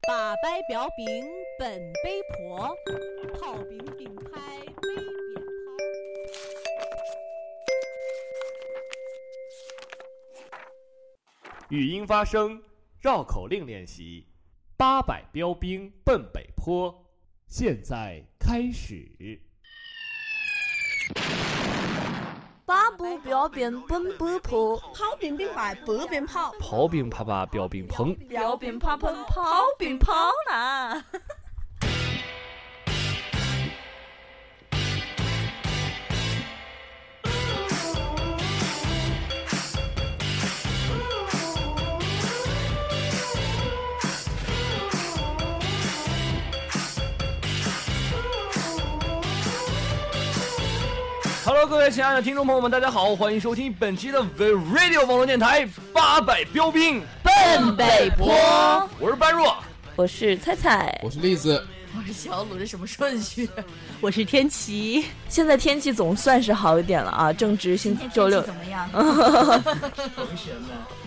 大摆标兵奔北坡，炮兵并排北边跑。语音发声，绕口令练习。八百标兵奔北坡，现在开始。八步标兵奔北坡，跑并并哎排，北边跑。炮兵啪啪，标兵砰。标兵跑奔跑并跑啦！ Hello，各位亲爱的听众朋友们，大家好，欢迎收听本期的 The Radio 网络电台八百标兵奔北坡，我是般若。我是菜菜，我是栗子，我是小鲁，这什么顺序？我是天琪，现在天气总算是好一点了啊，正值星周 六，怎么样？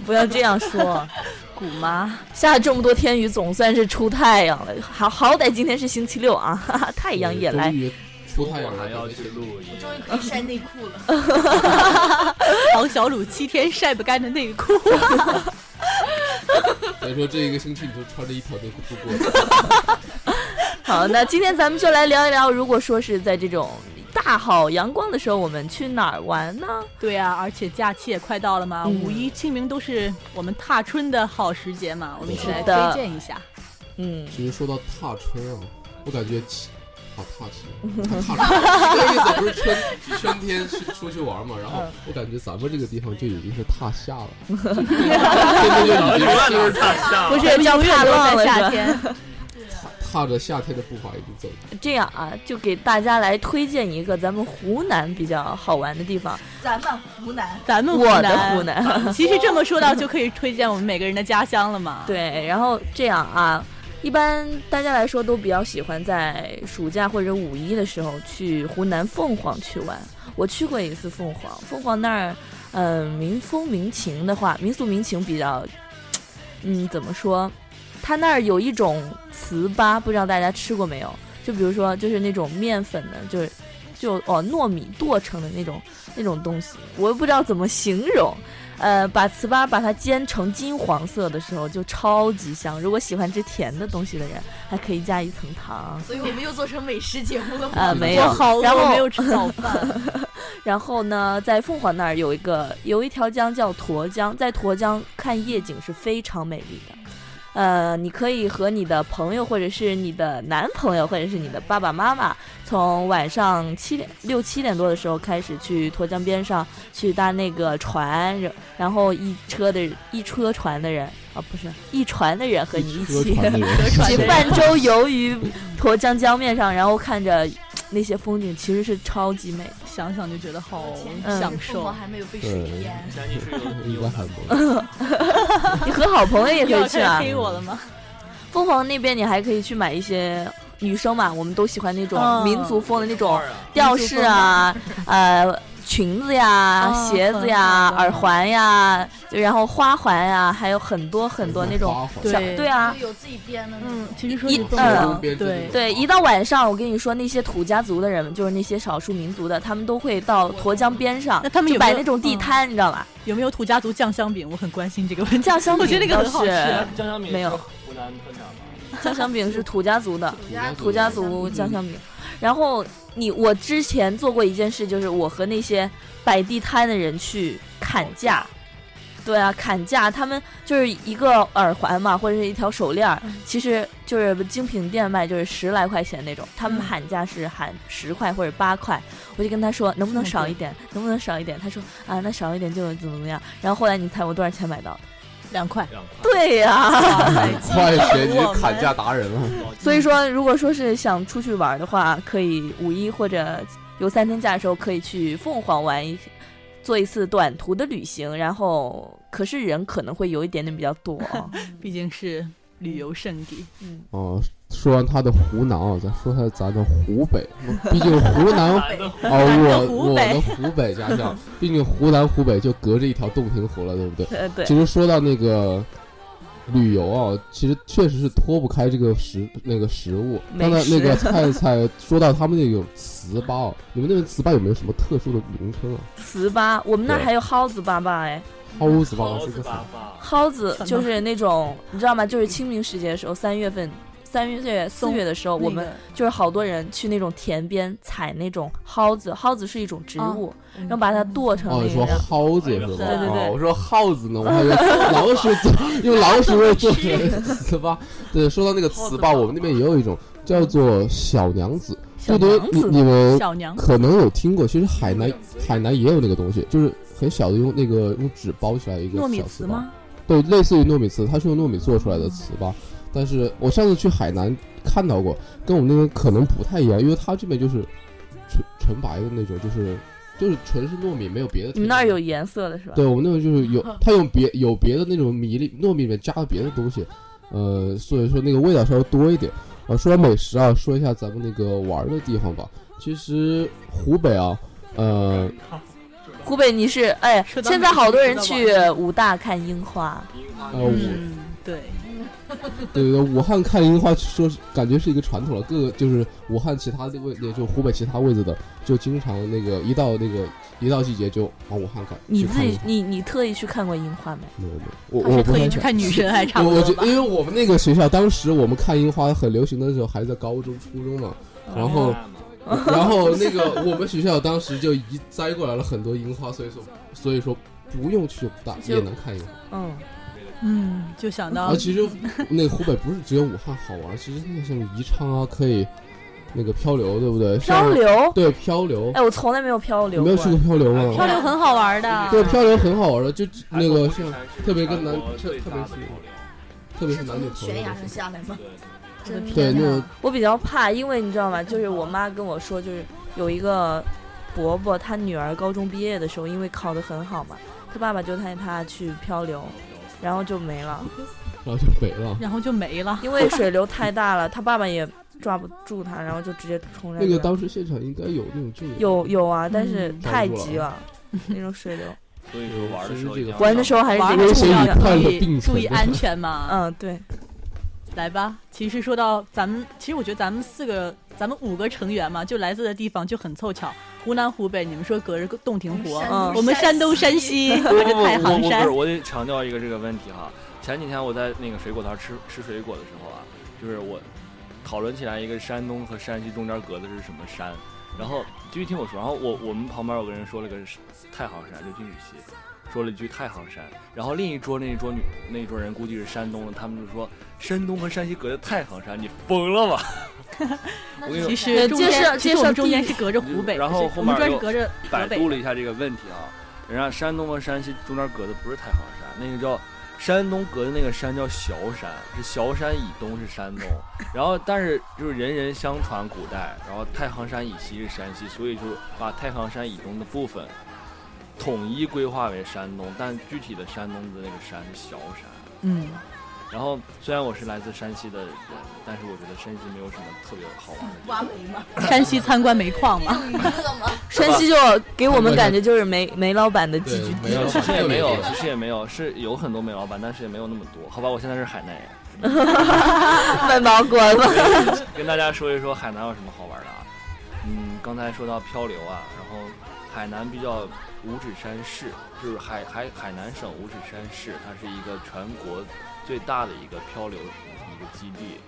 不要这样 说，姑妈，下了这么多天雨，总算是出太阳了，好好歹今天是星期六啊， 哈哈，太阳也来终，于出太阳还了，要去 录音我，终于可以晒内裤了。 王小鲁七天晒不干的内裤。所以说这一个星期你就穿着一条内裤度过。 好，那今天咱们就来聊一聊，如果说是在这种大好阳光的时候，我们去哪儿玩呢？ 对啊，而且假期也快到了嘛，嗯五一、清明都是我们踏春的好时节嘛，我们一起来是的推荐一下。嗯，其实说到踏春啊，我感觉起好踏 实，啊踏实。 这个意思不是春春天去出去玩嘛？然嗯后我感觉咱们这个地方就已经是踏 夏了，真的就已经永远都是大象不是叫踏浪了夏是吧？天，踏着夏天的步伐已经走了。这样啊，就给大家来推荐一个咱们湖南比较好玩的地方，咱们湖南，咱们我的湖南。其实这么说到就可以推荐我们每个人的家乡了嘛。，对，然后这样啊，一般大家来说都比较喜欢在暑假或者五一的时候去湖南凤凰去玩。我去过一次凤凰，凤凰那儿，嗯、民风民情的话，民俗民情比较，嗯，怎么说？它那儿有一种糍粑，不知道大家吃过没有？就比如说，就是那种面粉的，就是就哦糯米剁成的那种那种东西，我也不知道怎么形容。呃，把糍粑把它煎成金黄色的时候，就超级香。如果喜欢吃甜的东西的人，还可以加一层糖。所以我们又做成美食节目了。呃，没有我，好然饿，后没有吃早饭。然后呢，在凤凰那儿有一个有一条江叫沱江，在沱江看夜景是非常美丽的。呃，你可以和你的朋友，或者是你的男朋友，或者是你的爸爸妈妈，从晚上七点六七点多的时候开始去沱江边上去搭那个船，然然后一车的一车船的人啊，不是一船的人和你一车起。船的人， 去泛舟游于沱江江面上，然后看着那些风景，其实是超级美的。想想就觉得好嗯享凤受凰。还没有被水淹，相信是有 应有该还没。你和好朋友也又可要以去开始啊。黑我了吗？凤凰那边你还可以去买一些女生嘛，我们都喜欢那种嗯民族风的那种啊，吊饰啊，呃，裙子呀、嗯鞋子呀、很好的耳环呀，就然后花环呀，还有很多 很多那种。花环小对啊，有自己编的那嗯种。，其实说一你嗯对对对，一到晚上，我跟你说，那些土家族的人，就是那些少数民族的，他们都会到沱江边上，那他们就有没摆有嗯那种地摊，你知道吧？有没有土家族酱香饼？我很关心这个问题。酱香饼我觉得那个很好吃。倒是江小敏没有是湖南特产吗？酱香饼是土家族的，土土家家 族嗯酱香饼。然后你我之前做过一件事，就是我和那些摆地摊的人去砍价。对啊，砍价，他们就是一个耳环嘛，或者是一条手链儿，其实就是精品店卖，就是十来块钱那种。他们嗯喊价是喊十块或者八块，我就跟他说能不能这么少贵一点，能不能少一点？他说啊，那少一点就怎么怎么样。然后后来你猜我多少钱买到的？两块。两块。对呀、很快学，你是砍价达人了。所以说，如果说是想出去玩的话，可以五一或者有三天假的时候，可以去凤凰玩一，做一次短途的旅行。然后，可是人可能会有一点点比较多啊、毕竟是旅游胜地，嗯，哦，说完他的湖南啊，再说下咱的湖北，毕竟湖 南男的哦，我湖我北的湖北家乡，毕竟湖南湖北就隔着一条洞庭湖了，对不对？呃，对，其实说到那个旅游啊，其实确实是脱不开这个食那个食物。美刚才那个食菜 菜说到他们那个糍粑，啊你们那边糍粑有没有什么特殊的名称啊？糍粑，我们那儿对还有蒿子粑粑哎，蒿糍粑猴是子个啥爸？爸，蒿子就是那种你知道吗？就是清明时节的时候，三月份、三月、四月的时候，我们就是好多人去那种田边采那种蒿子，蒿子是一种植哦物，然后把它剁成哦，你那说个。蒿子是吧？对对对哦我说耗子呢，我还以为老鼠做用老鼠肉做成的糍粑。对，说到那个糍粑，我们那边也有一种叫做小娘子，小这娘东你子你们小娘可能有听过，其实海南海南也有那个东西，就是很小的用那个用纸包起来一个糯米小糍粑吗？对，类似于糯米糍，它是用糯米做出来的糍粑。嗯但是我上次去海南看到过，跟我们那边可能不太一样，因为它这边就是纯纯白的那种，就是就是纯是糯米，没有别的添加。你们那儿有颜色的是吧？对我们那种就是 有，它有别有别的那种米里糯米里面加了别的东西，呃，所以说那个味道稍微多一点。啊，说完美食啊，说一下咱们那个玩儿的地方吧。其实湖北啊，呃，湖北你是哎，吃到现哪在里好多吃人到去哪武大看樱花，呃，武嗯，对，对对对，武汉看樱花，说是感觉是一个传统了。各个就是武汉其他的位，也就湖北其他位置的，就经常那个一到那个一到季节就往武汉看。你去自看己樱花你你特意去看过樱花没？没有没有，我他是我不特意太去看看女神，还差我不我多觉吧得，。因为我们那个学校当时我们看樱花很流行的时候，还在高中、初中嘛，哦然后 然后那个我们学校当时就移栽过来了很多樱花，所以说所以说不用去武大就也能看樱花。嗯，嗯，就想然到啊后其实那个湖北不是只有武汉好玩，其实那个像宜昌啊，可以那个漂流，对不对？漂像流，啊对漂流，哎，我从来没有漂你流没有去过漂流吗？啊漂流啊很好玩的，对，漂流很好玩的，就那个像像特别跟男特特别是特别是是男女朋从友悬的崖时候上下来吗？我的真对的那种我比较怕，因为你知道吗？就是我妈跟我说，就是有一个伯伯，他女儿高中毕业的时候，因为考得很好嘛，他爸爸就带他去漂流，然后就没了，然后啊就没 了。然后就没了。因 为水流太大了，他爸爸也抓不住他，然后就直接冲下那去个了。当时现场应该有那种救援，有有啊，但是嗯太抓不住急了了，那种水流，所以说玩的时候一定要玩的时候还是玩得危还注是险意要与的。看注的并意存注意安全嘛。嗯，对，来吧，其实说到咱们，其实我觉得咱们四个，咱们五个成员嘛，就来自的地方就很凑巧，湖南、湖北，你们说隔着个洞庭湖，嗯我们山东、山，西 不隔不着不，太我行我不是，山，我得强调一个这个问题哈。前几天我在那个水果摊吃吃水果的时候啊，就是我讨论起来一个山东和山西中间隔的是什么山，然后继续听我说，然后我我们旁边有个人说了个是太行山，就金雨溪，说了一句太行山，然后另一桌那一桌女那一桌人估计是山东的，他们就说山东和山西隔着太行山，你疯了 吧？我跟你说其呃实中间介绍其实我介绍们地中间是隔着湖北，然后后我们面主要是又隔着百河北度了一下这个问题啊，人家山东和山西中间隔的不是太行山，那个叫山东隔的那个山叫崤山，是崤山以东是山东， 然后但是就是人人相传古代，然后太行山以西是山西，所以就把太行山以东的部分统一规划为山东，但具体的山东的那个山是崤山。嗯，然后虽然我是来自山西的人，但是我觉得山西没有什么特别好玩的地挖方煤。吗？山西参观煤矿嘛，有娱乐吗？山西就给我们感觉就是煤煤老板的寄对居没地有，其实也没有，特别其实也没有，是有很多煤老板，但是也没有那么多。好吧，我现在是海南人， 卖毛管了。跟大家说一说海南有什么好玩的啊。嗯，刚才说到漂流啊，然后海南比较五指山市，就是海海海南省五指山市，它是一个全国最大的一个漂流一个基地，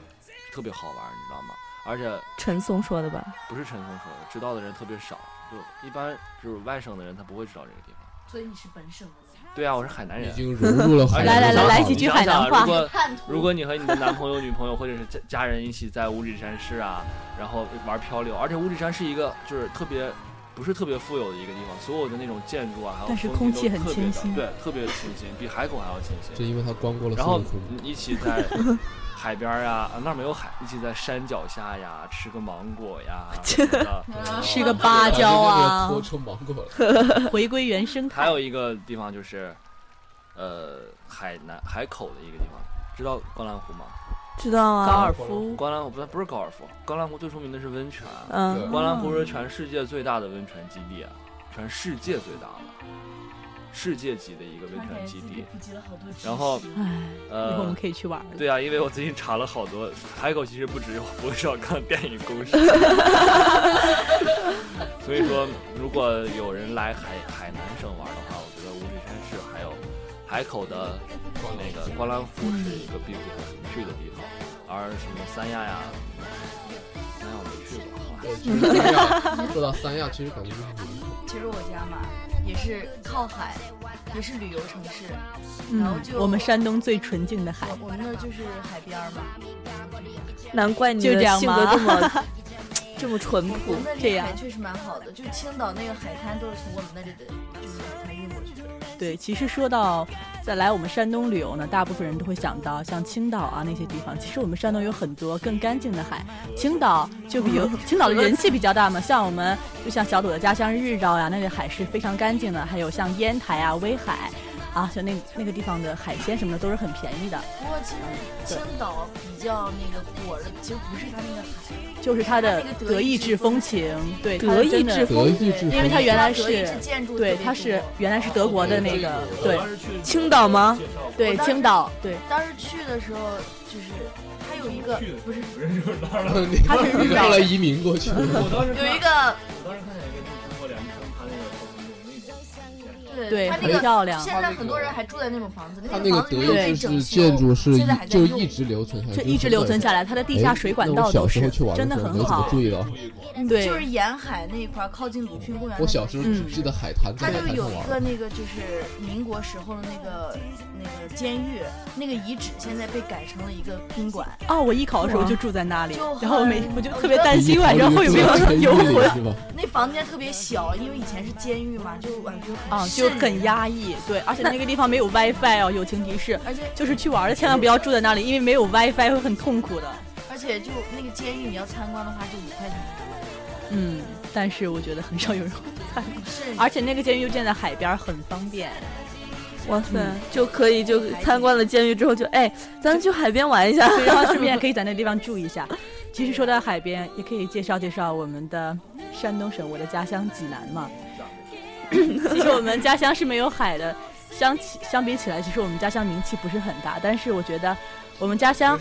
特别好玩，你知道吗？而且陈松说的吧？不是陈松说的，知道的人特别少，就一般就是外省的人他不会知道这个地方。所以你是本省的，对啊，我是海南人已。经融入了海来来来南来的大几脑句哎你海想想南话如果叛徒。如果你和你的男朋友、女 朋友或者是家家人一起在五指山市啊，然后玩漂流，而且五指山是一个就是特别不是特别富有的一个地方，所有的那种建筑啊，还有但是风景空气都很特别清的新对，特别清新，比海口还要清就新。因为他光顾了然孙后悟空。你一起在海边儿啊，啊那儿没有海，一起在山脚下呀，吃个芒果 呀什么的。啊吃嗯个芭蕉啊那个脱出芒果了。回归原生还态。有一个地方就是，呃，海南海口的一个地方，知道观澜湖吗？知道 高啊，尔夫，观澜湖不不是高尔夫，观澜湖最出名的是温泉。嗯，观澜湖是全世界最大的温泉基地啊，全世界最大的。世界级的一个温泉基地。普及了好多知识。然后唉，以后我们呃，可以去玩 了。对啊，因为我最近查了好多，海口其实不只有冯小刚电影公司， 所以说如果有人来海海南省玩的话，我觉得五指山市还有海口的那个观澜湖是一个必不可去的地方，而什么三亚呀，三亚我没去过。对，其实三亚，说到三亚，其实感觉就是旅游其实我家嘛也是靠海，也是旅游城市。然后嗯，就我们山东最纯净的海，我我们那儿就是海边儿嘛，难怪你就的这样性格吗 这么这么淳我朴们。那嗯这里的样海确实蛮好的，就青岛那个海滩都是从我们那里的就是海滩运过去的。对，其实说到再来我们山东旅游呢，大部分人都会想到像青岛啊那些地方。其实我们山东有很多更干净的海，青岛就比如青岛的人气比较大嘛，像我们就像小朵的家乡日照呀、那里海是非常干净的，还有像烟台啊、威海啊，像那那个地方的海鲜什么的都是很便宜的，不过其实青岛比较那个火的，其实不是它那个海，就是它的它那个德意志风情，对，它德意真的志德意志风，因为它原来德意志是建筑对，特别它是多原来是德国的那个对青岛吗？对我当时青岛对。当时去的时候就是它有一个 不是 它是你日让照来移民过去，嗯有一个对对，它很那个漂亮。现在很多人还住在那种房子里，它那那个个房子德没有被意整志修，建筑是现在还在呃就用。一直流传下来，就一直留存下来，它的地下水管道哎那都我小时是候去玩真的的时候很没怎么好嗯注。意到。啊对嗯嗯就是沿海那一块儿靠近鲁迅公园，我小时候只记得海滩，它在就海滩有上一玩个儿。那个就是民国时候的那个那个监狱，那个遗址现在被改成了一个宾馆。哦，我艺考的时候哇就住在那里就，然后我很每我就我特别觉得担心晚上会有没有游魂是吧？那房间特别小，因为以前是监狱嘛，就感觉很啊，就瘆很人，压抑。对，而且那个地方没有 WiFi 哦，友情提示，而且就是去玩儿的千万不要住在那里，因为没有 WiFi 会很痛苦的。而且就那个监狱你要参观的话就五块钱，嗯，但是我觉得很少有人会参观，瘆人。而且那个监狱就建在海边儿，很方便。哇塞嗯，就可以就参观了监狱之后就哎，咱们去海边玩 一下。对，然后顺便也可以在那地方住一下。其实说到海边，也可以介绍介绍我们的山东省，我的家乡济南嘛。其实我们家乡是没有海的，相起相比起来，其实我们家乡名气不是很大。但是我觉得我们家乡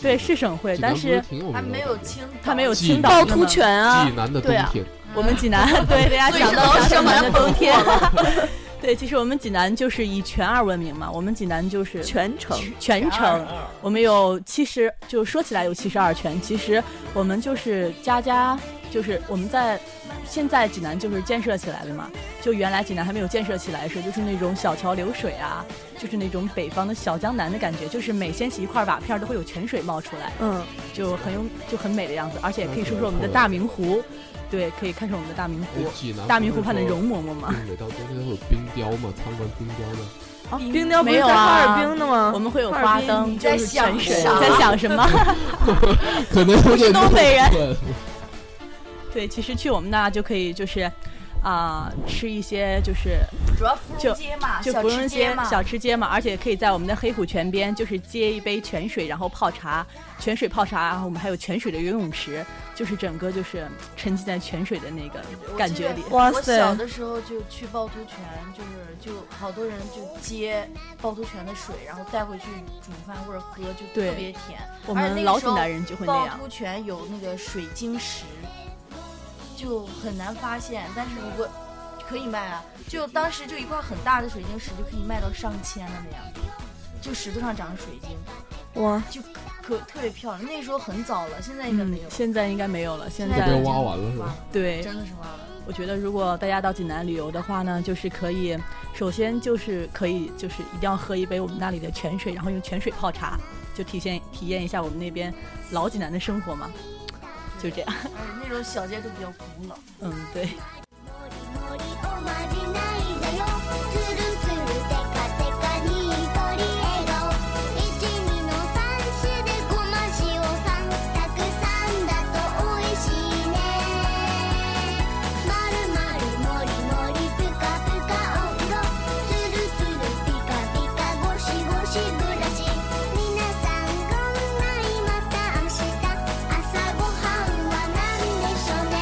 对是省会，济南但不是挺有它名没的有感觉青岛，它没有济青岛趵那突么泉啊济，南的冬对啊天，我们济南对大家所以想是到老想舍到把南它的冬天，对，其实我们济南就是以泉二闻名嘛，我们济南就是全程全嗯程，我们有七十，就说起来有七十二泉，其实我们就是家家，就是我们在现在济南就是建设起来了嘛，就原来济南还没有建设起来的时候，就是那种小桥流水啊，就是那种北方的小江南的感觉，就是每掀起一块瓦片儿都会有泉水冒出来，嗯，就很有就很美的样子，而且也可以那挺说说我们的不错的大明湖，对，可以看看我们的大明哎湖，济南大明湖畔的容。容嬷嬷嘛。嗯每到冬天会有冰雕嘛，参观冰雕的。哦冰雕不没是有在哈尔啊滨的吗？我们会有哈尔花滨灯，你在就是想泉水啥你在想什么？可能有点东北人人，对，其实去我们那就可以就是，啊、吃一些就是主要芙蓉街嘛，就啊小芙蓉吃街街嘛，小吃街嘛，而且可以在我们的黑虎泉边就是接一杯泉水，然后泡茶，泉水泡茶，然后我们还有泉水的游泳池，就是整个就是沉浸在泉水的那个我感记觉得里。哇我塞小的时候就去趵突泉，就是就好多人就接趵突泉的水，然后带回去煮饭或者喝，就对特别甜。我而那们个老时济候南人就会那趵样。突泉有那个水晶石，就很难发现，但是如果可以卖啊，就当时就一块很大的水晶石就可以卖到上千的那样，就石头上长着水晶，哇，就可特别漂亮。那时候很早了，现在应该嗯没有，，现在应该没有了。现现在在被挖完了是吧吧？对，真的是挖完了。我觉得如果大家到济南旅游的话呢，就是可以，首先就是可以，就是一定要喝一杯我们那里的泉水，然后用泉水泡茶，就体现体验一下我们那边老济南的生活嘛，就这样。而且哎那种小街都比较古老。嗯，对。 「もりもりおまじないだよ」「つるつるテカテカにひとりえがお」「いちにのさんしでごましおさん」「たくさんだとおいしいね」「まるまるもりもりぷかぷかおふろ」「つるつるピカピカゴシゴシブラシ」「みなさんごんないまたあした」「あさごはんはなんでしょうね」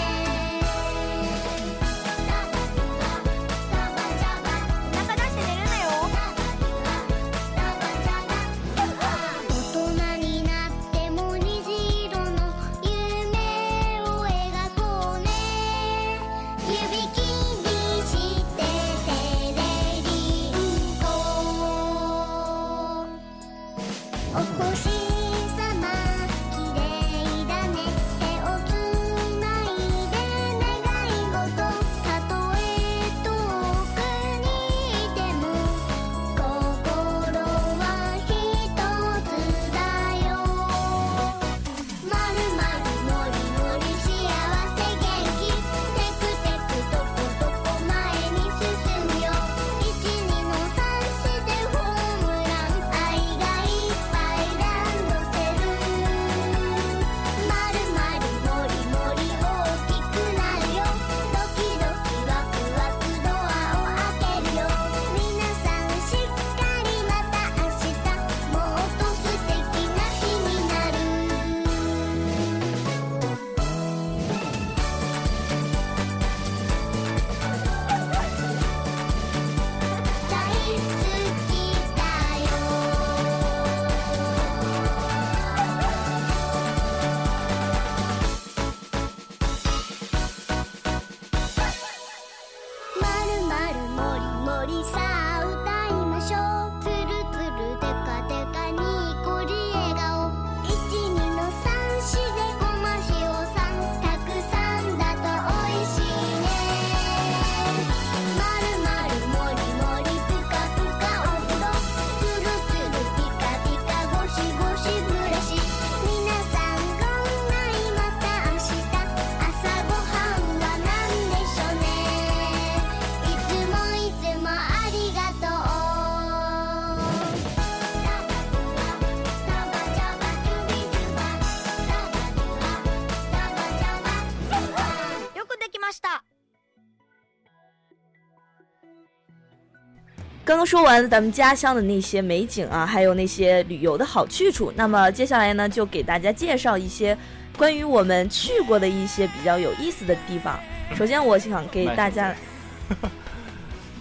刚刚说完了咱们家乡的那些美景啊，还有那些旅游的好去处，那么接下来呢，就给大家介绍一些关于我们去过的一些比较有意思的地方。首先，我想给大家，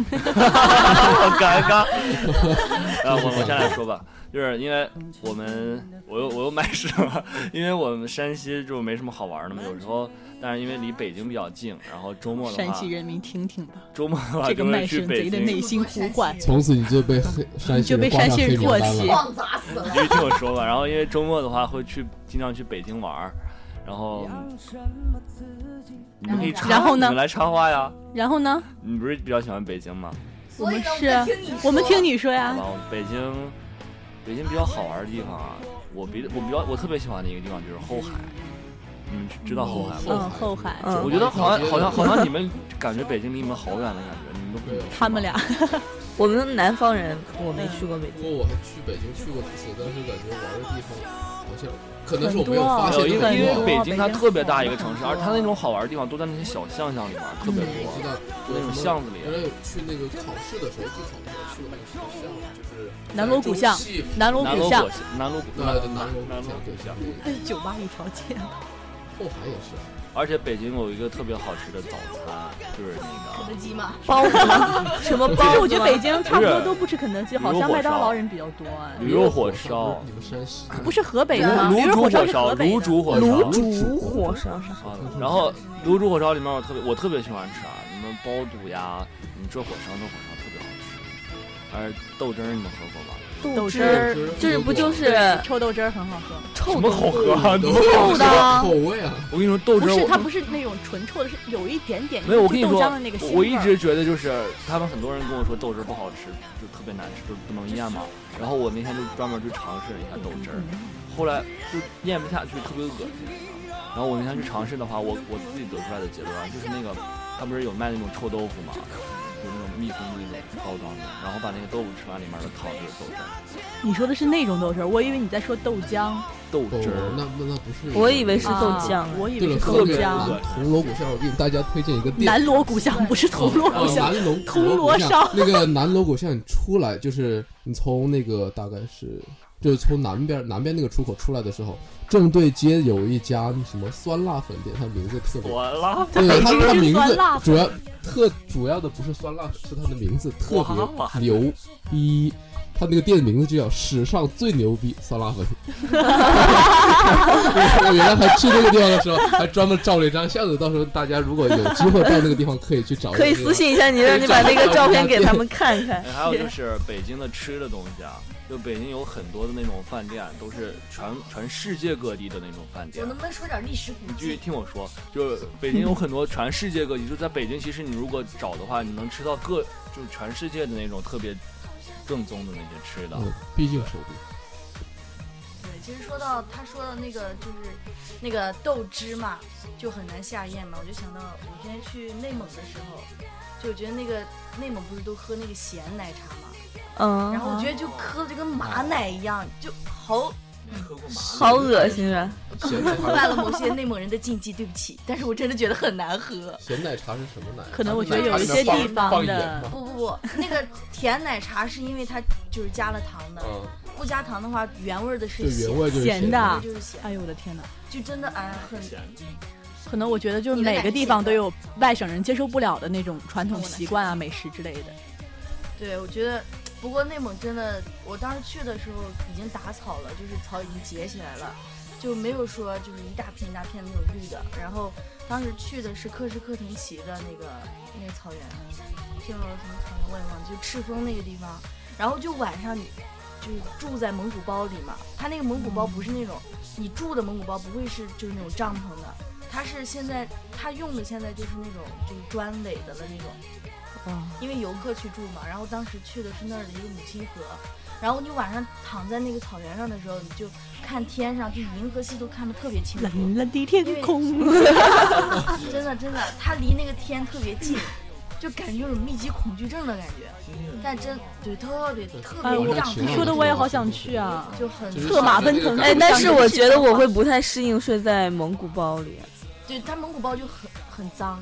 好尴尬。啊，我我先来说吧，就是因为我们我又我又卖身了，因为我们山西就没什么好玩的嘛，有时候，但是因为离北京比较近，然后周末的山话西，人民听听吧，周末的话这就个会卖去身北贼的京。内心呼唤。从此你就被黑山西就被人挂山上西黑人名唾单弃了。棒砸死了。因为听我说吧，然后因为周末的话会去经常去北京玩儿，然后你们可以插，然后呢你们来插花呀。然后呢，你不是比较喜欢北京吗？我所以们呢是啊听你说，我们听你说好呀吧，，我北京，北京比较好玩的地方啊，我比我比较我特别喜欢的一个地方就是后海，你们知道后海吗？嗯，后海，嗯我觉得好像好像好像你们感觉北京离你们好远的感觉，你们都不知道他们俩我们南方人，我没去过北不京。过我还去北京去过几次，但是感觉玩的地方好像可能是我没有啊发现没有，啊因的为因地为方。北京它特别大一个城市，而它那种好玩的地方都在那些小巷巷里面，特别我知多，道，就那种巷子里啊原。来有去那个考试的时候，去考试的时候去过那个什么巷，就是南锣鼓巷中戏南锣南鼓锣巷鼓，南锣鼓对对南锣鼓南锣巷，对鼓巷。对酒吧一条街，后海也是。啊而且北京有一个特别好吃的早餐，就是那肯个德基嘛，包子吗？什么其包实子？我觉得北京差不多都不吃肯德基，不是好像麦当劳人比较多哎。驴肉火烧你，们山西不是河北的吗？驴卤肉煮火烧火是烧，河北的。卤煮火烧，煮火烧是啥？啊，然后卤煮火烧里面我特别我特别喜欢吃啊，什么包肚呀，你们这火烧那火烧特别好吃，而豆汁儿你们喝过吧？豆汁儿儿，就是不就是臭豆汁儿很好喝。臭什么豆好喝啊？都臭的啊口味啊，我跟你说豆不汁儿是，它我。不是那种纯臭的，是有一点点没有，我跟你就说豆浆的那个腥，味我儿一直觉得就是他们很多人跟我说豆汁儿不好吃，就特别难吃，就不能咽嘛。然后我那天就专门去尝试了一下豆汁儿，后来就咽不下去，特别恶心。然后我那天去尝试的话，我我自己得出来的结论啊，就是那个他不是有卖那种臭豆腐嘛，就那种密封的那种包装的，然后把那个豆腐吃完，里面的汤就是豆汁儿，你说的是那种豆汁儿，我以为你在说豆浆，豆汁哦儿。那那那不是。我以为是啊豆浆我以对为了，是河豆北浆。南铜锣鼓巷，我给大家推荐一个店，南锣鼓巷不是铜锣鼓巷，呃南锣铜锣烧巷那个南锣鼓巷，你出来就是你从那个大概是就是从南边南边那个出口出来的时候，正对街有一家什么酸辣粉店，它名字特别。我拉对，它它北京是名酸字辣粉主要特主要的不是酸辣粉，是它的名字特哇别牛逼。它那个店名字就叫“史上最牛逼酸辣粉”。 我原来还去那个地方的时候，还专门照了一张相子。到时候大家如果有机会到那个地方，可以去找。可以私。信一下你，让你把那个照片给他们看看。哎还有就是北京的吃的东西啊，就北京有很多的那种饭店，都是全全世界各地的那种饭我店能。不能说点历史古你继续迹？听我说，就是北京有很多全世界各地，就在北京，其实你如果找的话，你能吃到各就全世界的那种特别正宗的那些吃的。嗯，毕竟首都。对，其实说到他说的那个就是那个豆汁嘛，就很难下咽嘛。我就想到我之前去内蒙的时候，就我觉得那个内蒙不是都喝那个咸奶茶嘛，嗯，然后我觉得就喝的就跟马奶一样，就嗯好好恶心啊！咸破坏了某些内蒙人的禁忌，对不起。但是我真的觉得很难喝。咸奶茶是什么奶？可能我觉得有一些地方放盐的吗？ 不不不，那个甜奶茶是因为它就是加了糖的，嗯，不加糖的话原味儿的就是咸原，味就是咸啊的就是咸，哎呦我的天哪！就真的哎很可能我觉得就是每个地方都有外省人接受不了的那种传统习惯啊、美食之类的。对，我觉得，不过内蒙真的，我当时去的时候已经打草了，就是草已经结起来了，就没有说就是一大片一大片那种绿的。然后当时去的是克什克腾旗的那个那个草原，叫什么草原我也忘记，就赤峰那个地方。然后就晚上你就是住在蒙古包里嘛，它那个蒙古包不是那种你住的蒙古包，不会是就是那种帐篷的，它是现在它用的现在就是那种就是砖垒的了那种。因为游客去住嘛，然后当时去的是那儿的一个母亲河，然后你晚上躺在那个草原上的时候，你就看天上，就银河系都看得特别清楚，蓝蓝的天 空， 真的真的，它离那个天特别近，就感觉有种密集恐惧症的感觉，嗯但真对特别特哎别我让你说的我也好想去啊！就很就是策马奔 腾，哎哎，但是我觉得我会不太适应睡在蒙古包里。对它蒙古包就很很脏，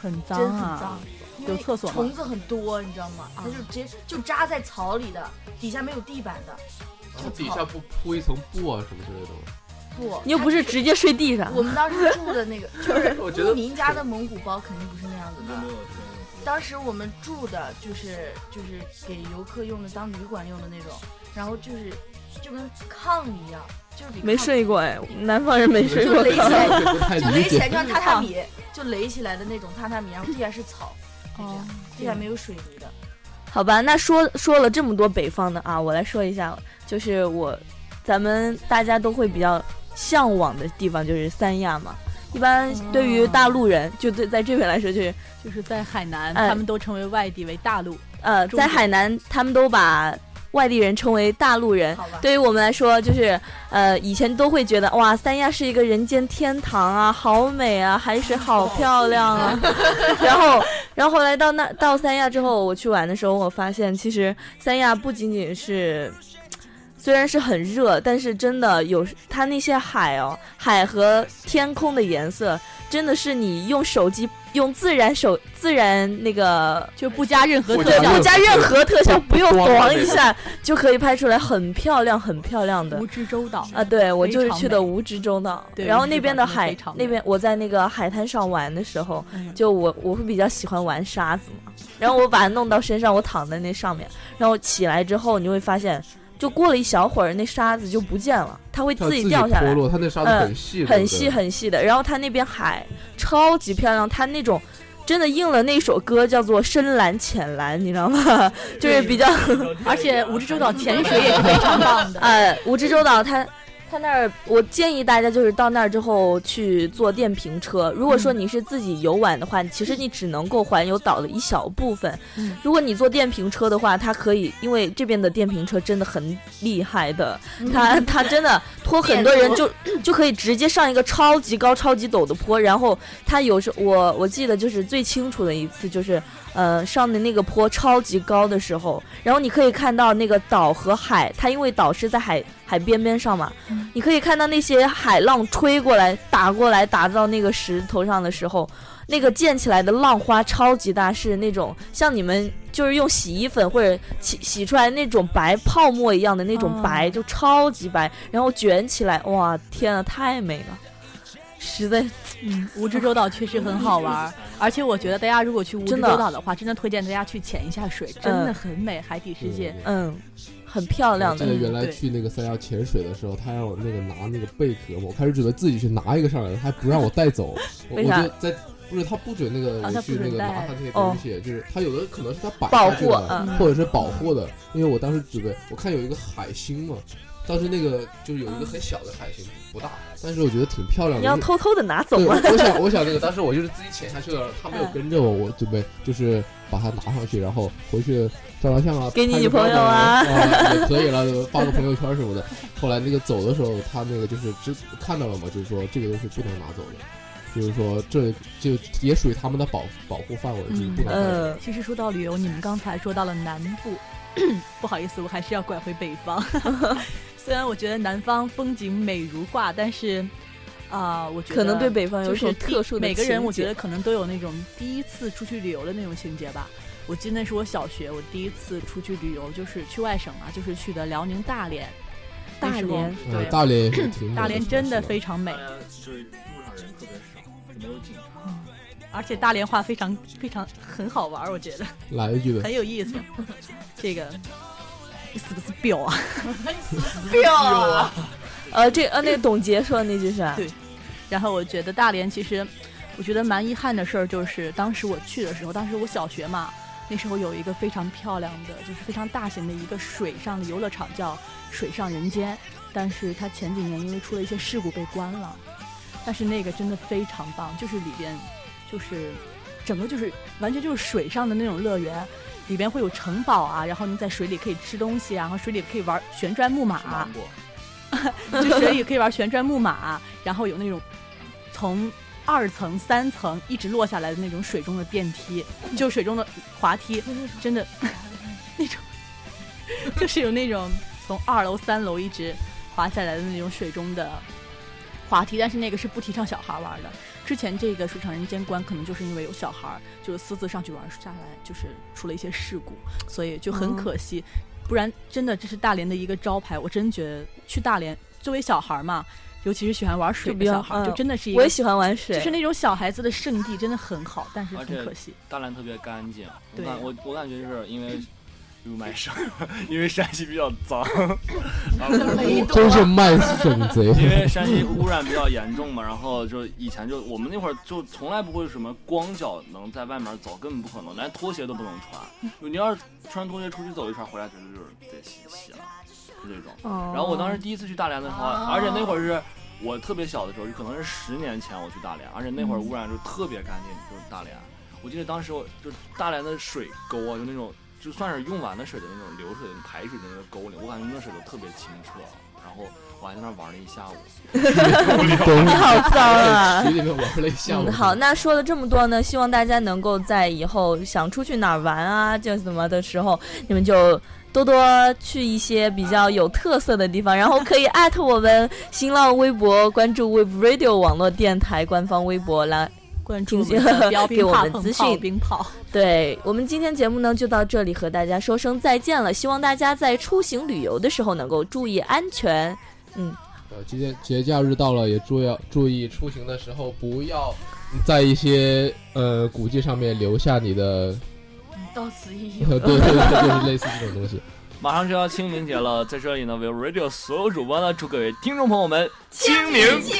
很真脏很啊脏。，有厕所吗啊虫？子很多，你知道吗？它就直接就扎在草里的，底下没有地板的然哦后底下不铺一层布啊什么之类的吗？不。你又不是直接睡地上我，们当时住的那个，就是 我觉得嗯住您家的蒙古包肯定不是那样子的。没有当时我们住的就是就是给游客用的，当旅馆用的那种，然后就是就跟炕一样，就是比炕没睡过哎，南方人没睡就过垒起炕。来，这不太就垒理起解。来就像榻榻米，就垒起来的那种榻榻米，然后地下是草，就这哦样，地下没有水泥的。 好吧，那说说了这么多北方的啊，我来说一下，就是我，咱们大家都会比较向往的地方就是三亚嘛。一般对于大陆人，就对在这边来说，就是就是在海南，哎他们都称为外地为大陆。呃，中国在海南他们都把外地人称为大陆人好吧，对于我们来说，就是呃，以前都会觉得哇，三亚是一个人间天堂啊，好美啊，海水好漂亮啊。 然后，然后后来到那到三亚之后，我去玩的时候，我发现其实三亚不仅仅是。虽然是很热，但是真的有它那些海哦，海和天空的颜色，真的是你用手机用自然手自然那个就不加任何不特加效对，任不 加何，任何特效，不用光的咣那一种下就可以拍出来很漂亮、很漂亮的无知周到。啊！对，我非就是常去的美蜈支洲岛，对然蜈后支那洲边岛的真的海非常，那美边我在那个海滩上玩的时候，嗯就我我会比较喜欢玩沙子嘛，然后我把它弄到身上，我躺在那上面，然后起来之后，你会发现，就过了一小会儿，那沙子就不见了，它会它自己己掉下脱来。嗯落，它那沙子很细，对很不细对很细的。然后它那边海超级漂亮，它那种真的应了那首歌叫做《深蓝浅蓝》，你知道吗？ 就是比较而且蜈支洲岛潜水也是非常棒的。呃，蜈支洲岛它。它那儿，我建议大家就是到那儿之后去坐电瓶车。如果说你是自己游玩的话，其实你只能够环游岛的一小部分。嗯如果你坐电瓶车的话，它可以，因为这边的电瓶车真的很厉害的，它它真的拖很多人就就可以直接上一个超级高、超级陡的坡。然后它有时我我记得就是最清楚的一次就是，呃，上的那个坡超级高的时候，然后你可以看到那个岛和海，它因为岛是在海海边边上嘛，你可以看到那些海浪吹过来、打过来、打到那个石头上的时候，那个溅起来的浪花超级大，是那种像你们就是用洗衣粉或者洗洗出来那种白泡沫一样的那种白，哦就超级白，然后卷起来，哇，天啊，太美了，实在嗯，蜈支洲岛确实很好玩儿，而且我觉得大家如果去蜈支真洲的岛的话，真的推荐大家去潜一下水，真的很美，海底世界。嗯，很漂亮我的哦记这得个原来对去那个三亚潜水的时候，他让我那个拿那个贝壳嘛，我开始准备自己去拿一个上来，他还不让我 带走，我为我啥哦就在不是他不准那个啊我他去不准那个拿带他那些东西，就是他有的可能是他摆保下去护的，嗯或者是保护的，因为我当时准备我看有一个海星嘛。当时那个就是有一个很小的海星，不大，但是我觉得挺漂亮你的要。偷偷的拿走对，我吗？我想，我想那个，当时我就是自己潜下去了，他没有跟着我，我准备就是把它拿上去，然后回去照照相啊，给你拍个女朋照友啊啊啊也可以了，发个朋友圈什么的。后来那个走的时候，他那个就是知看到了嘛，就是说这个东西不能拿走的，就是说这就也属于他们的保保护范围，就是不能带走。嗯，呃其实说到旅游，你们刚才说到了南部， 不好意思，我还是要拐回北方。 虽然我觉得南方风景美如画，但是啊、我觉得 可能对北方有就一种是第特殊的每个人我觉 情得可能都有那种第一次出去旅游的那种情节吧。我记得那是我小学我第一次出去旅游，就是去外省嘛，啊就是去的辽宁大连。大那时候连嗯对，大连也是挺美大连真的的非常美大，家就是路上人特别少，没有警察。而且大连话非常非常很好玩儿，我觉得常来一句呗很，有意思。这个你死不死彪啊？ 呃，这呃，那个董洁说的那句是啊对然后我觉得大连其实，我觉得蛮遗憾的事儿就是，当时我去的时候，当时我小学嘛，那时候有一个非常漂亮的，就是非常大型的一个水上的游乐场，叫水上人间。但是它前几年因为出了一些事故被关了，但是那个真的非常棒，就是里边就是整个就是完全就是水上的那种乐园。里边会有城堡啊，然后你在水里可以吃东西啊，然后水里可以玩旋转木马、啊吃芒果，就水里可以玩旋转木马，然后有那种从二层、三层一直落下来的那种水中的电梯，就水中的滑梯，真的那种，就是有那种从二楼、三楼一直滑下来的那种水中的滑梯，但是那个是不提倡小孩玩的。之前这个水上人间关可能就是因为有小孩儿就是私自上去玩，下来就是出了一些事故，所以就很可惜。不然真的这是大连的一个招牌，我真觉得去大连作为小孩儿嘛，尤其是喜欢玩水就的比较小孩儿，嗯就真的是一我个也喜欢玩水，就是那种小孩子的圣地，真的很好，但是而很且可惜。大连特别干净，我对感我我感觉就是因为雾霾事儿，因为山西比较脏，然后没多啊真是卖省贼。因 为山西污染比较严重嘛，然后就以前就我们那会儿就从来不会什么光脚能在外面走，根本不可能，连拖鞋都不能穿。你要是穿拖鞋出去走一圈，回来真是就是得洗洗了，就这种。哦然后我当时第一次去大连的时候，哦而且那会儿是我特别小的时候，就可能是十年前我去大连，而且那会儿污染就特别干净，就是大连。我记得当时我就大连的水沟啊，就那种就算是用完的水的那种流水的排水的那个沟里，我感觉那水都特别清澈。然后我还在那儿玩了一下午，都你好脏啊！水里面玩了一下午嗯，。好，那说了这么多呢，希望大家能够在以后想出去哪儿玩啊，这什么的时候，你们就多多去一些比较有特色的地方，然后可以艾特我们新浪微博，关注 Web Radio 网络电台官方微博来。关注我听们 的标给兵我炮们碰资炮讯冰炮。对我们今天节目呢就到这里，和大家说声再见了。希望大家在出行旅游的时候能够注意安全。呃，今天节假日到了，也注意注意出行的时候不要在一些呃古迹上面留下你的，到此一游 对。对对，就是类似这种东西。马上就要清明节了，在这里呢为 Radio 所有主播呢祝各位听众朋友们清明节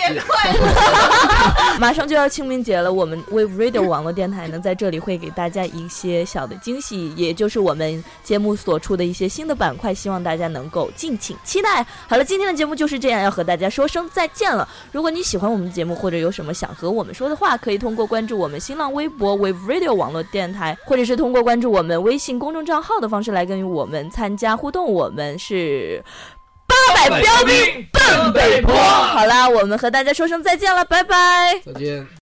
马上就要清明节了，我们 Wave Radio 网络电台呢，在这里会给大家一些小的惊喜，也就是我们节目所出的一些新的板块，希望大家能够敬请期待。好了，今天的节目就是这样，要和大家说声再见了。如果你喜欢我们的节目，或者有什么想和我们说的话，可以通过关注我们新浪微博 Wave Radio 网络电台，或者是通过关注我们微信公众账号的方式来跟我们参加互动。我们是八百标兵奔北坡。好啦，我们和大家说声再见了，拜拜。再见。